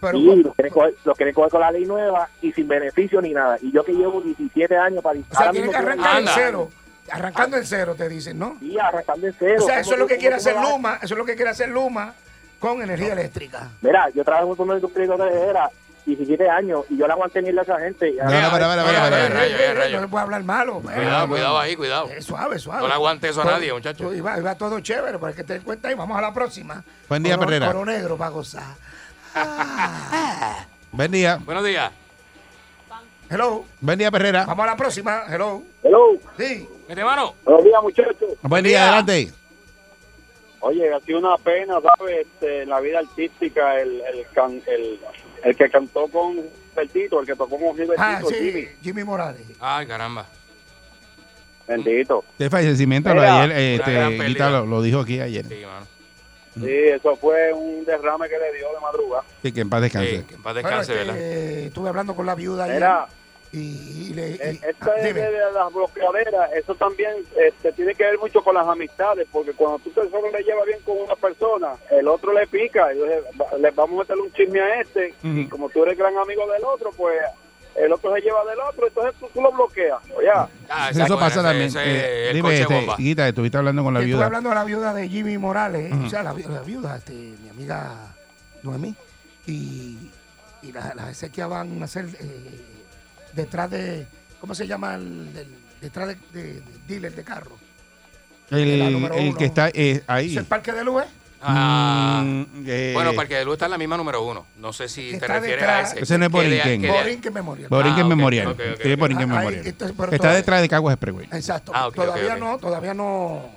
[SPEAKER 4] Pero,
[SPEAKER 7] Sí, los quieren, coger, los quieren coger con la ley nueva y sin beneficio ni nada. Y yo que llevo 17 años para
[SPEAKER 4] o sea,
[SPEAKER 7] ahora
[SPEAKER 4] tiene que
[SPEAKER 7] mismo tengo-
[SPEAKER 4] arrancar en
[SPEAKER 5] Anda.
[SPEAKER 4] cero. Arrancando en cero, te dicen, ¿no?
[SPEAKER 7] Sí, arrancando en cero.
[SPEAKER 4] O sea,
[SPEAKER 7] ¿Cómo
[SPEAKER 4] eso es lo
[SPEAKER 7] tú-
[SPEAKER 4] que quiere
[SPEAKER 7] cómo tú
[SPEAKER 4] hacer
[SPEAKER 7] vas a-
[SPEAKER 4] Luma, eso es lo que quiere hacer Luma con energía eléctrica.
[SPEAKER 7] Mira, yo trabajo con un distrito de era 17 años y yo la aguanté mierda a esa gente. Y
[SPEAKER 3] No, no,
[SPEAKER 7] ahora-
[SPEAKER 3] para, para, para, para.
[SPEAKER 5] Ay, rayo, ay, rayo.
[SPEAKER 4] No le puedo hablar malo.
[SPEAKER 5] Cuidado, cuidado ahí, cuidado.
[SPEAKER 4] Eh, suave, suave.
[SPEAKER 5] No le aguante eso a
[SPEAKER 4] Todo-
[SPEAKER 5] nadie, muchacho.
[SPEAKER 4] todo- Iba, iba todo chévere, para que te den cuenta y vamos a la próxima.
[SPEAKER 3] Buen día,
[SPEAKER 4] Coro-
[SPEAKER 3] Perrera.
[SPEAKER 4] Coro negro para gozar. Ah.
[SPEAKER 3] Buen día.
[SPEAKER 5] Buenos días.
[SPEAKER 4] Hello,
[SPEAKER 3] Buen día, Perrera.
[SPEAKER 4] vamos a la próxima. Hello.
[SPEAKER 7] Hello,
[SPEAKER 4] Sí.
[SPEAKER 5] Mete mano.
[SPEAKER 7] buenos días, muchachos.
[SPEAKER 3] Buen día, adelante.
[SPEAKER 7] Oye, ha sido una pena, ¿sabes? Este, la vida artística, el, el, el, que cantó con Gilbertito, el que tocó con
[SPEAKER 4] Ah, sí, Jimmy Morales.
[SPEAKER 5] Ay, caramba.
[SPEAKER 7] Bendito.
[SPEAKER 3] Este fallecimiento lo de
[SPEAKER 7] Mira,
[SPEAKER 3] ayer, eh,
[SPEAKER 5] una gran
[SPEAKER 3] este,
[SPEAKER 5] pérdida.
[SPEAKER 3] Guita lo, lo dijo aquí ayer.
[SPEAKER 5] Sí, mano.
[SPEAKER 4] Mm.
[SPEAKER 7] Sí, eso fue un derrame que le dio de madrugada.
[SPEAKER 3] Sí, que en paz descanse.
[SPEAKER 5] Sí, que en paz
[SPEAKER 4] Bueno,
[SPEAKER 5] descanse,
[SPEAKER 4] es que,
[SPEAKER 5] ¿verdad?
[SPEAKER 4] eh, estuve hablando con la viuda ayer
[SPEAKER 7] Era,
[SPEAKER 4] y, y le. y-
[SPEAKER 7] eh,
[SPEAKER 4] ah,
[SPEAKER 7] esto es
[SPEAKER 4] dime.
[SPEAKER 7] de las bloqueaderas, eso también este, tiene que ver mucho con las amistades, porque cuando tú te solo le llevas bien con una persona, el otro le pica, y le, le vamos a meterle un chisme a este, y
[SPEAKER 3] Ujú.
[SPEAKER 7] como tú eres gran amigo del otro, pues el otro se lleva del otro, entonces tú, tú lo bloqueas, oye.
[SPEAKER 5] Ah,
[SPEAKER 3] Eso
[SPEAKER 5] exacto,
[SPEAKER 3] pasa
[SPEAKER 5] ese-
[SPEAKER 3] también.
[SPEAKER 5] ese
[SPEAKER 3] Eh,
[SPEAKER 5] es el
[SPEAKER 3] dime,
[SPEAKER 5] coche
[SPEAKER 3] este,
[SPEAKER 5] bomba.
[SPEAKER 3] Guita, estuviste hablando con la
[SPEAKER 4] Estuve
[SPEAKER 3] viuda.
[SPEAKER 4] hablando de la viuda de Jimmy Morales, o sea, la, vi- la viuda, este, mi amiga Noemí, y, y la- las exequias van a ser eh, detrás de, ¿cómo se llama? el- el- detrás de, de- de dealer de carro. de la
[SPEAKER 3] El,
[SPEAKER 4] número
[SPEAKER 3] el
[SPEAKER 4] uno.
[SPEAKER 3] que está eh,
[SPEAKER 4] ¿Es
[SPEAKER 3] ahí.
[SPEAKER 4] el parque de Luz?
[SPEAKER 5] Ah,
[SPEAKER 3] Mm, eh,
[SPEAKER 5] bueno, Parque de Luz está en la misma número uno. No sé si
[SPEAKER 4] Que
[SPEAKER 5] te
[SPEAKER 4] está
[SPEAKER 5] refieres
[SPEAKER 4] detrás.
[SPEAKER 5] a ese.
[SPEAKER 3] Ese no es
[SPEAKER 5] Que de-
[SPEAKER 3] Borinquen.
[SPEAKER 5] que de-
[SPEAKER 4] Borinquen Memorial.
[SPEAKER 3] Borinquen
[SPEAKER 5] Ah, ok,
[SPEAKER 3] Memorial.
[SPEAKER 5] ok, ok,
[SPEAKER 3] Tiene
[SPEAKER 5] ok.
[SPEAKER 3] Borinquen
[SPEAKER 4] Ah, ahí, Eh,
[SPEAKER 3] Memorial.
[SPEAKER 4] esto es- pero
[SPEAKER 3] está
[SPEAKER 4] todavía-
[SPEAKER 3] detrás de Caguas Expressway.
[SPEAKER 4] Exacto.
[SPEAKER 5] Ah, ok,
[SPEAKER 4] todavía
[SPEAKER 5] ok, ok.
[SPEAKER 4] no, todavía no,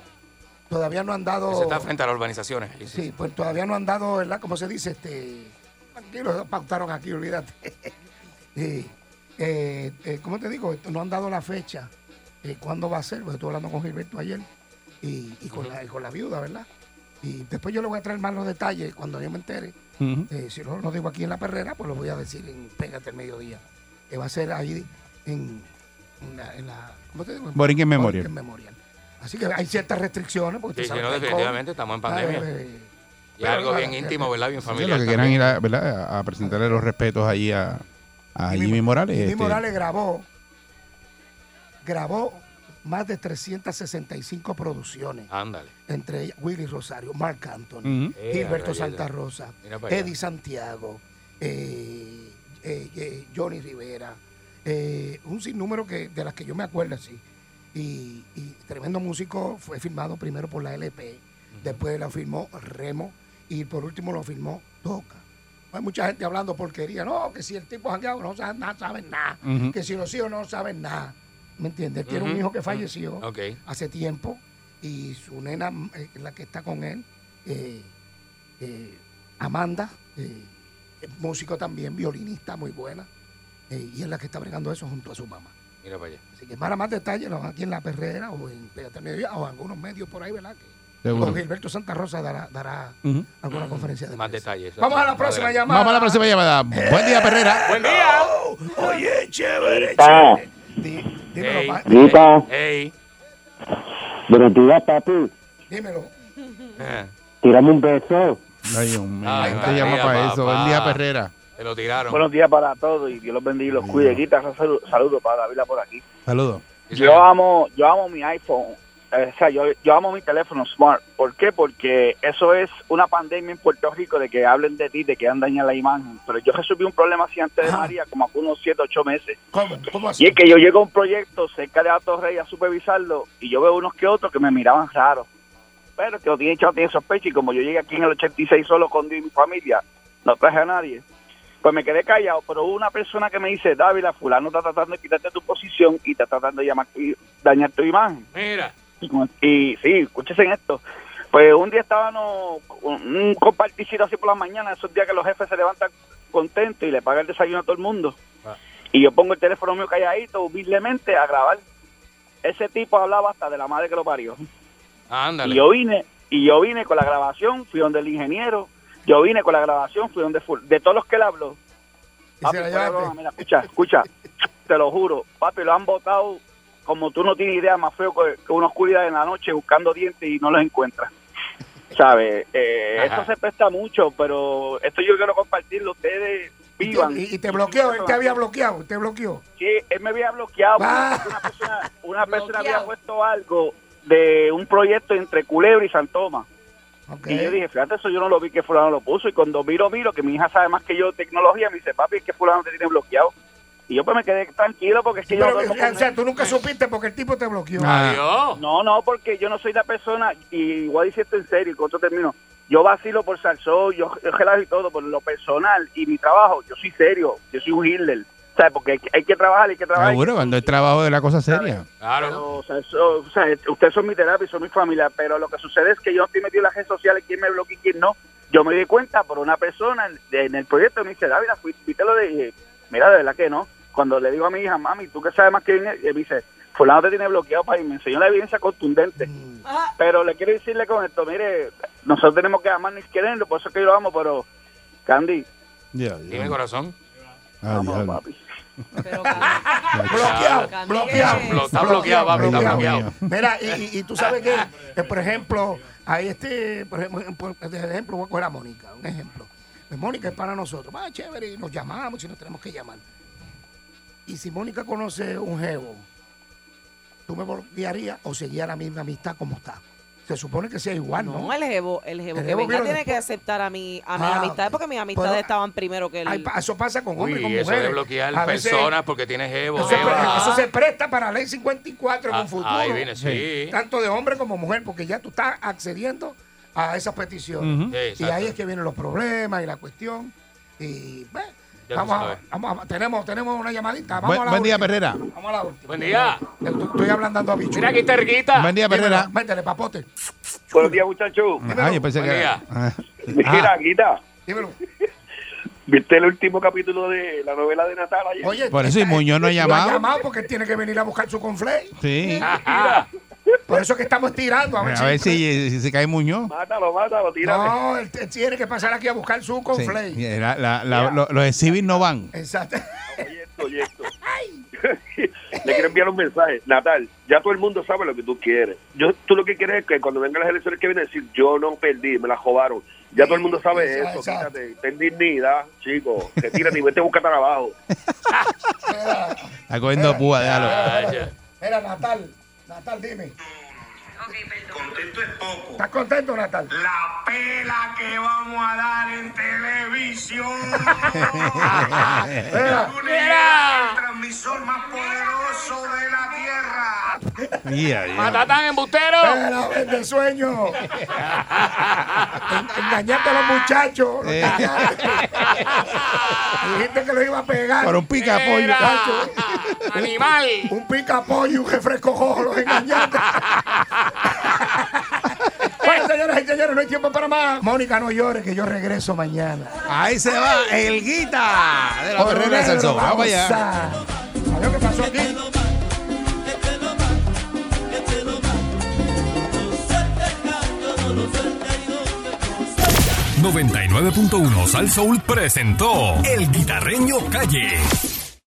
[SPEAKER 4] todavía no han dado.
[SPEAKER 5] ese está frente a las urbanizaciones. Sí, sí.
[SPEAKER 4] Sí, pues todavía no han dado, ¿verdad? Como se dice, este. Tranquilo, eso pautaron aquí, olvídate. (laughs) Sí, eh, eh, ¿Cómo te digo? Esto, no han dado la fecha. eh, ¿Cuándo va a ser? Porque estuve hablando con Gilberto ayer y, y con la, y con la viuda, ¿verdad? Y después yo le voy a traer más los detalles cuando yo me entere.
[SPEAKER 3] Ujú.
[SPEAKER 4] Eh, si no lo digo aquí en la perrera, pues lo voy a decir en Pégate el Mediodía. Que va a ser ahí en, en la, en la- ¿Cómo te digo? En
[SPEAKER 3] Borinquen Memorial.
[SPEAKER 4] Borinquen Memorial. Así que hay ciertas restricciones. Porque
[SPEAKER 5] Sí,
[SPEAKER 4] tú
[SPEAKER 5] sí,
[SPEAKER 4] sabes
[SPEAKER 5] no,
[SPEAKER 4] que hay
[SPEAKER 5] definitivamente estamos en
[SPEAKER 4] COVID,
[SPEAKER 5] pandemia.
[SPEAKER 4] ¿sabes? Eh,
[SPEAKER 5] Y algo
[SPEAKER 4] pero-
[SPEAKER 5] bien íntimo, ¿verdad? Bien
[SPEAKER 3] Sí, los
[SPEAKER 5] familiar.
[SPEAKER 3] que quieran ir
[SPEAKER 5] también.
[SPEAKER 3] a, ¿verdad? a- a presentarle los respetos allí a, a
[SPEAKER 4] Jimmy-
[SPEAKER 3] Jimmy Morales.
[SPEAKER 4] Jimmy
[SPEAKER 3] este,
[SPEAKER 4] Morales grabó, grabó más de 365 producciones.
[SPEAKER 5] Ándale.
[SPEAKER 4] Entre ellas Willy Rosario, Marc Anthony,
[SPEAKER 3] Ujú.
[SPEAKER 5] Eh,
[SPEAKER 4] Gilberto
[SPEAKER 5] rayos,
[SPEAKER 4] Santa
[SPEAKER 5] ya.
[SPEAKER 4] Rosa,
[SPEAKER 5] Mira para allá.
[SPEAKER 4] Eddie Santiago, eh, eh, eh, Johnny Rivera, eh, un sinnúmero que, de las que yo me acuerdo así. Y, y tremendo músico fue filmado primero por la LP, después lo filmó Remo y por último lo filmó Toca. Hay mucha gente hablando porquería, no, que si el tipo jangueado no sabe nada, saben nada,
[SPEAKER 3] Ujú.
[SPEAKER 4] que si los hijos no saben nada. ¿Me entiendes? Tiene un
[SPEAKER 5] Ujú.
[SPEAKER 4] hijo que falleció
[SPEAKER 5] Ok.
[SPEAKER 4] hace tiempo y su nena, eh, la que está con él, eh, eh, Amanda, eh, es músico también, violinista muy buena, eh, y es la que está bregando eso junto a su mamá.
[SPEAKER 5] Mira para allá.
[SPEAKER 4] Así que para más detalles, lo van aquí en La Perrera o en Pégate al Mediodía, o en algunos medios por ahí, ¿verdad? Que,
[SPEAKER 3] Seguro.
[SPEAKER 4] o Gilberto Santa Rosa dará, dará
[SPEAKER 3] Ujú.
[SPEAKER 4] alguna conferencia de
[SPEAKER 5] Más
[SPEAKER 4] prensa.
[SPEAKER 5] detalles.
[SPEAKER 4] Vamos a la
[SPEAKER 5] Adelante.
[SPEAKER 4] próxima llamada.
[SPEAKER 3] Vamos a la próxima llamada. Buen día, Perrera.
[SPEAKER 4] Oye, chévere,
[SPEAKER 7] Ah.
[SPEAKER 4] chévere. Di- dímelo,
[SPEAKER 5] Ey.
[SPEAKER 4] pa-
[SPEAKER 7] Guita,
[SPEAKER 5] Ey.
[SPEAKER 7] buenos días, papi.
[SPEAKER 4] dímelo.
[SPEAKER 5] Eh,
[SPEAKER 7] Tirame un beso.
[SPEAKER 3] Ay, Dios mío,
[SPEAKER 5] Ay,
[SPEAKER 3] no te llama
[SPEAKER 5] María,
[SPEAKER 3] para eso.
[SPEAKER 5] papá.
[SPEAKER 3] Buen día, Perrera.
[SPEAKER 5] Te lo tiraron.
[SPEAKER 7] Buenos días para todos y Dios los bendiga y los cuide. Guita, saludos para David por aquí.
[SPEAKER 3] Saludos.
[SPEAKER 5] Sí,
[SPEAKER 7] Yo
[SPEAKER 5] señor.
[SPEAKER 7] amo, yo amo mi iPhone. Eh, O sea, yo, yo amo mi teléfono smart. ¿Por qué? Porque eso es una pandemia en Puerto Rico de que hablen de ti, de que andan en la imagen. Pero yo resolví un problema así antes de
[SPEAKER 5] Ah.
[SPEAKER 4] Ajá.
[SPEAKER 7] María, como hace unos 7, 8 meses.
[SPEAKER 4] ¿Cómo? ¿Cómo así?
[SPEAKER 7] Y es que yo llego a un proyecto cerca de Atos Rey a supervisarlo y yo veo unos que otros que me miraban raro. Pero que lo tiene echado, tiene sospecha y como yo llegué aquí en el 86 solo con mi familia, no traje a nadie. Pues me quedé callado, pero hubo una persona que me dice, Dávila, fulano está tratando de quitarte tu posición y está tratando de llamar, y dañar tu imagen.
[SPEAKER 5] Mira.
[SPEAKER 7] Y, como- y sí, escúchense en esto. Pues un día estábamos un, un comparticito así por la mañana, esos días que los jefes se levantan contentos y le pagan el desayuno a todo el mundo.
[SPEAKER 5] Ah.
[SPEAKER 7] Y yo pongo el teléfono mío calladito, humildemente, a grabar. Ese tipo hablaba hasta de la madre que lo parió.
[SPEAKER 5] Ándale.
[SPEAKER 7] Y yo vine, y yo vine con la grabación, fui donde el ingeniero, yo vine con la grabación, fui donde ful- de todos los que le habló.
[SPEAKER 4] Y
[SPEAKER 7] Papi,
[SPEAKER 4] se la
[SPEAKER 7] fuera de
[SPEAKER 4] llevaste.
[SPEAKER 7] broma, mira, escucha, escucha, te lo juro, papi, lo han botado como tú no tienes idea, más feo que, que una oscuridad en la noche buscando dientes y no los encuentra. ¿Sabes? Eh,
[SPEAKER 5] Ajá.
[SPEAKER 7] esto se presta mucho, pero esto yo quiero compartirlo. Ustedes
[SPEAKER 4] Y
[SPEAKER 7] vivan.
[SPEAKER 4] te, y- y te bloqueó, él te había bloqueado, te bloqueó.
[SPEAKER 7] Sí, él me había bloqueado.
[SPEAKER 4] Ah.
[SPEAKER 7] porque Una persona, una persona había
[SPEAKER 6] Bloqueado.
[SPEAKER 7] puesto algo de un proyecto entre Culebra y San Tomás.
[SPEAKER 4] Ok.
[SPEAKER 7] Y yo dije, fíjate, eso yo no lo vi que fulano lo puso. Y cuando miro, miro, que mi hija sabe más que yo de tecnología, me dice, papi, es que fulano te tiene bloqueado. Y yo pues me quedé tranquilo porque es que yo
[SPEAKER 4] Pero, eh,
[SPEAKER 7] no duermo con
[SPEAKER 4] o sea,
[SPEAKER 7] él.
[SPEAKER 4] tú nunca supiste porque el tipo te bloqueó.
[SPEAKER 3] Ah.
[SPEAKER 5] Adiós.
[SPEAKER 7] No, no, porque yo no soy la persona, y voy a decir esto en serio, y con esto termino. Yo vacilo por salsón, yo, yo relajo y todo, por lo personal y mi trabajo, yo soy serio, yo soy un Hitler. ¿Sabes? Porque hay, que- hay que trabajar, hay que trabajar.
[SPEAKER 3] Seguro, Ah, cuando el trabajo de la cosa seria.
[SPEAKER 5] Claro.
[SPEAKER 7] Pero, o sea, eso- o sea, ustedes son mi terapia, y son mi familia, pero lo que sucede es que yo no estoy metido en las redes sociales, quién me bloquea y quién no. Yo me di cuenta por una persona en, de- en el proyecto, me dice, Dávila, fui- fui, te lo dije, mira, de verdad que no. Cuando le digo a mi hija, mami, ¿tú qué sabes más que viene? Y me dice, fulano te tiene bloqueado, para me enseñó la evidencia contundente.
[SPEAKER 6] Ah,
[SPEAKER 7] Pero le quiero decirle con esto, mire, nosotros tenemos que amarnos y quererlo, por eso es que yo lo amo, pero, Candy,
[SPEAKER 3] Dios, Dios.
[SPEAKER 5] Dime corazón.
[SPEAKER 3] Ah,
[SPEAKER 7] vamos,
[SPEAKER 3] diablo.
[SPEAKER 7] papi.
[SPEAKER 4] (laughs)
[SPEAKER 6] pero Candy,
[SPEAKER 4] Bloqueado, bloqueado.
[SPEAKER 6] Claro. Bloqueado,
[SPEAKER 5] está bloqueado, papi,
[SPEAKER 3] está
[SPEAKER 4] bloqueado. Mira, y, y- y tú sabes que, eh, por ejemplo, hay este, por ejemplo, por- de ejemplo, voy a coger a Mónica, un ejemplo. Pues Mónica es para nosotros, va chévere, y nos llamamos y nos tenemos que llamar. Y si Mónica conoce un jevo, ¿tú me bloquearías o seguía la misma amistad como está? Se supone que sea igual, ¿no?
[SPEAKER 6] No, el jevo, el jevo
[SPEAKER 4] El
[SPEAKER 6] que
[SPEAKER 4] jevo
[SPEAKER 6] venga
[SPEAKER 4] vino
[SPEAKER 6] tiene
[SPEAKER 4] después.
[SPEAKER 6] que aceptar a mi, a mis
[SPEAKER 4] Ah,
[SPEAKER 6] amistades porque mis amistades
[SPEAKER 4] pero-
[SPEAKER 6] estaban primero que él.
[SPEAKER 4] Ay, pa- eso pasa con hombres y con
[SPEAKER 5] Uy, eso
[SPEAKER 4] mujeres.
[SPEAKER 5] de bloquear
[SPEAKER 4] A veces-
[SPEAKER 5] personas porque tienes jevo.
[SPEAKER 4] Eso, se
[SPEAKER 5] jeva.
[SPEAKER 4] pre- eso se presta para la ley 54
[SPEAKER 5] Ah,
[SPEAKER 4] con futuro.
[SPEAKER 5] ahí viene, sí.
[SPEAKER 4] Tanto de hombre como mujer, porque ya tú estás accediendo a esas peticiones.
[SPEAKER 5] Sí,
[SPEAKER 4] y
[SPEAKER 5] exacto.
[SPEAKER 4] ahí es que vienen los problemas y la cuestión. Y pues,
[SPEAKER 5] Ya tú
[SPEAKER 4] vamos a,
[SPEAKER 5] sabes.
[SPEAKER 4] vamos a- tenemos, tenemos una llamadita. Vamos a
[SPEAKER 3] Buen,
[SPEAKER 4] la
[SPEAKER 3] buen día,
[SPEAKER 4] última.
[SPEAKER 3] Perrera.
[SPEAKER 4] Vamos a la última.
[SPEAKER 5] Buen día.
[SPEAKER 4] Estoy, estoy hablando a bicho.
[SPEAKER 5] Mira aquí, Terguita.
[SPEAKER 3] Buen día, Perrera.
[SPEAKER 4] Métele, papote.
[SPEAKER 7] Buenos días, muchachos.
[SPEAKER 3] Ah, yo pensé
[SPEAKER 5] Buen
[SPEAKER 3] que
[SPEAKER 5] día.
[SPEAKER 3] era. Ah.
[SPEAKER 7] Mira, Guita,
[SPEAKER 4] Dímelo.
[SPEAKER 7] ¿viste el último capítulo de la novela de Natal ayer?
[SPEAKER 4] Oye, eh,
[SPEAKER 3] Por (laughs) eso, y Muñoz no ha
[SPEAKER 4] lo ha
[SPEAKER 3] llamado.
[SPEAKER 4] llamado porque tiene que venir a buscar su conflay.
[SPEAKER 3] Sí.
[SPEAKER 5] Ajá.
[SPEAKER 4] Por eso es que estamos tirando. A ver,
[SPEAKER 3] A ver si, si se cae Muñoz.
[SPEAKER 7] Mátalo, mátalo, tírame.
[SPEAKER 4] No, él, él tiene que pasar aquí a buscar su
[SPEAKER 3] Sí.
[SPEAKER 4] conflay.
[SPEAKER 3] La- la- la- lo- los exhibits no van.
[SPEAKER 4] Exacto. (laughs)
[SPEAKER 7] Oye esto, oye esto. (laughs) Le quiero enviar un mensaje. Natal, ya todo el mundo sabe lo que tú quieres. Yo, tú lo que quieres es que cuando vengan las elecciones que vienen, decir yo no perdí, me la jodaron. Ya todo el mundo sabe
[SPEAKER 4] Exacto.
[SPEAKER 7] eso. Quítate, ten dignidad, chico. Retírate y vete a buscar trabajo.
[SPEAKER 4] Era,
[SPEAKER 3] Está cogiendo púa, déjalo.
[SPEAKER 5] Ay, ya.
[SPEAKER 4] era Natal. Natal, dime.
[SPEAKER 8] Contento es poco.
[SPEAKER 4] ¿Estás contento, Natal?
[SPEAKER 8] La pela que vamos a dar en televisión.
[SPEAKER 3] (laughs)
[SPEAKER 4] Era,
[SPEAKER 8] El transmisor más poderoso de la tierra.
[SPEAKER 3] Ya, ya.
[SPEAKER 5] Matatán, embustero.
[SPEAKER 4] era, vende sueño. En- Engañaste a los muchachos. los
[SPEAKER 3] Eh.
[SPEAKER 4] engañaste. Dijiste que lo iba a pegar.
[SPEAKER 3] Por un pica pollo.
[SPEAKER 5] Era. Animal.
[SPEAKER 4] Un pica pollo y un refresco cojo, los engañaste. bueno, señoras y señores, no hay tiempo para más. Mónica, no llores, que yo regreso mañana.
[SPEAKER 3] Ahí se va el guita de la Perrera de Salsón. Vamos para allá.
[SPEAKER 4] allá. ¿Qué pasó aquí?
[SPEAKER 1] Salsoul 99.1 Sal Soul presentó El Guitarreño Calle.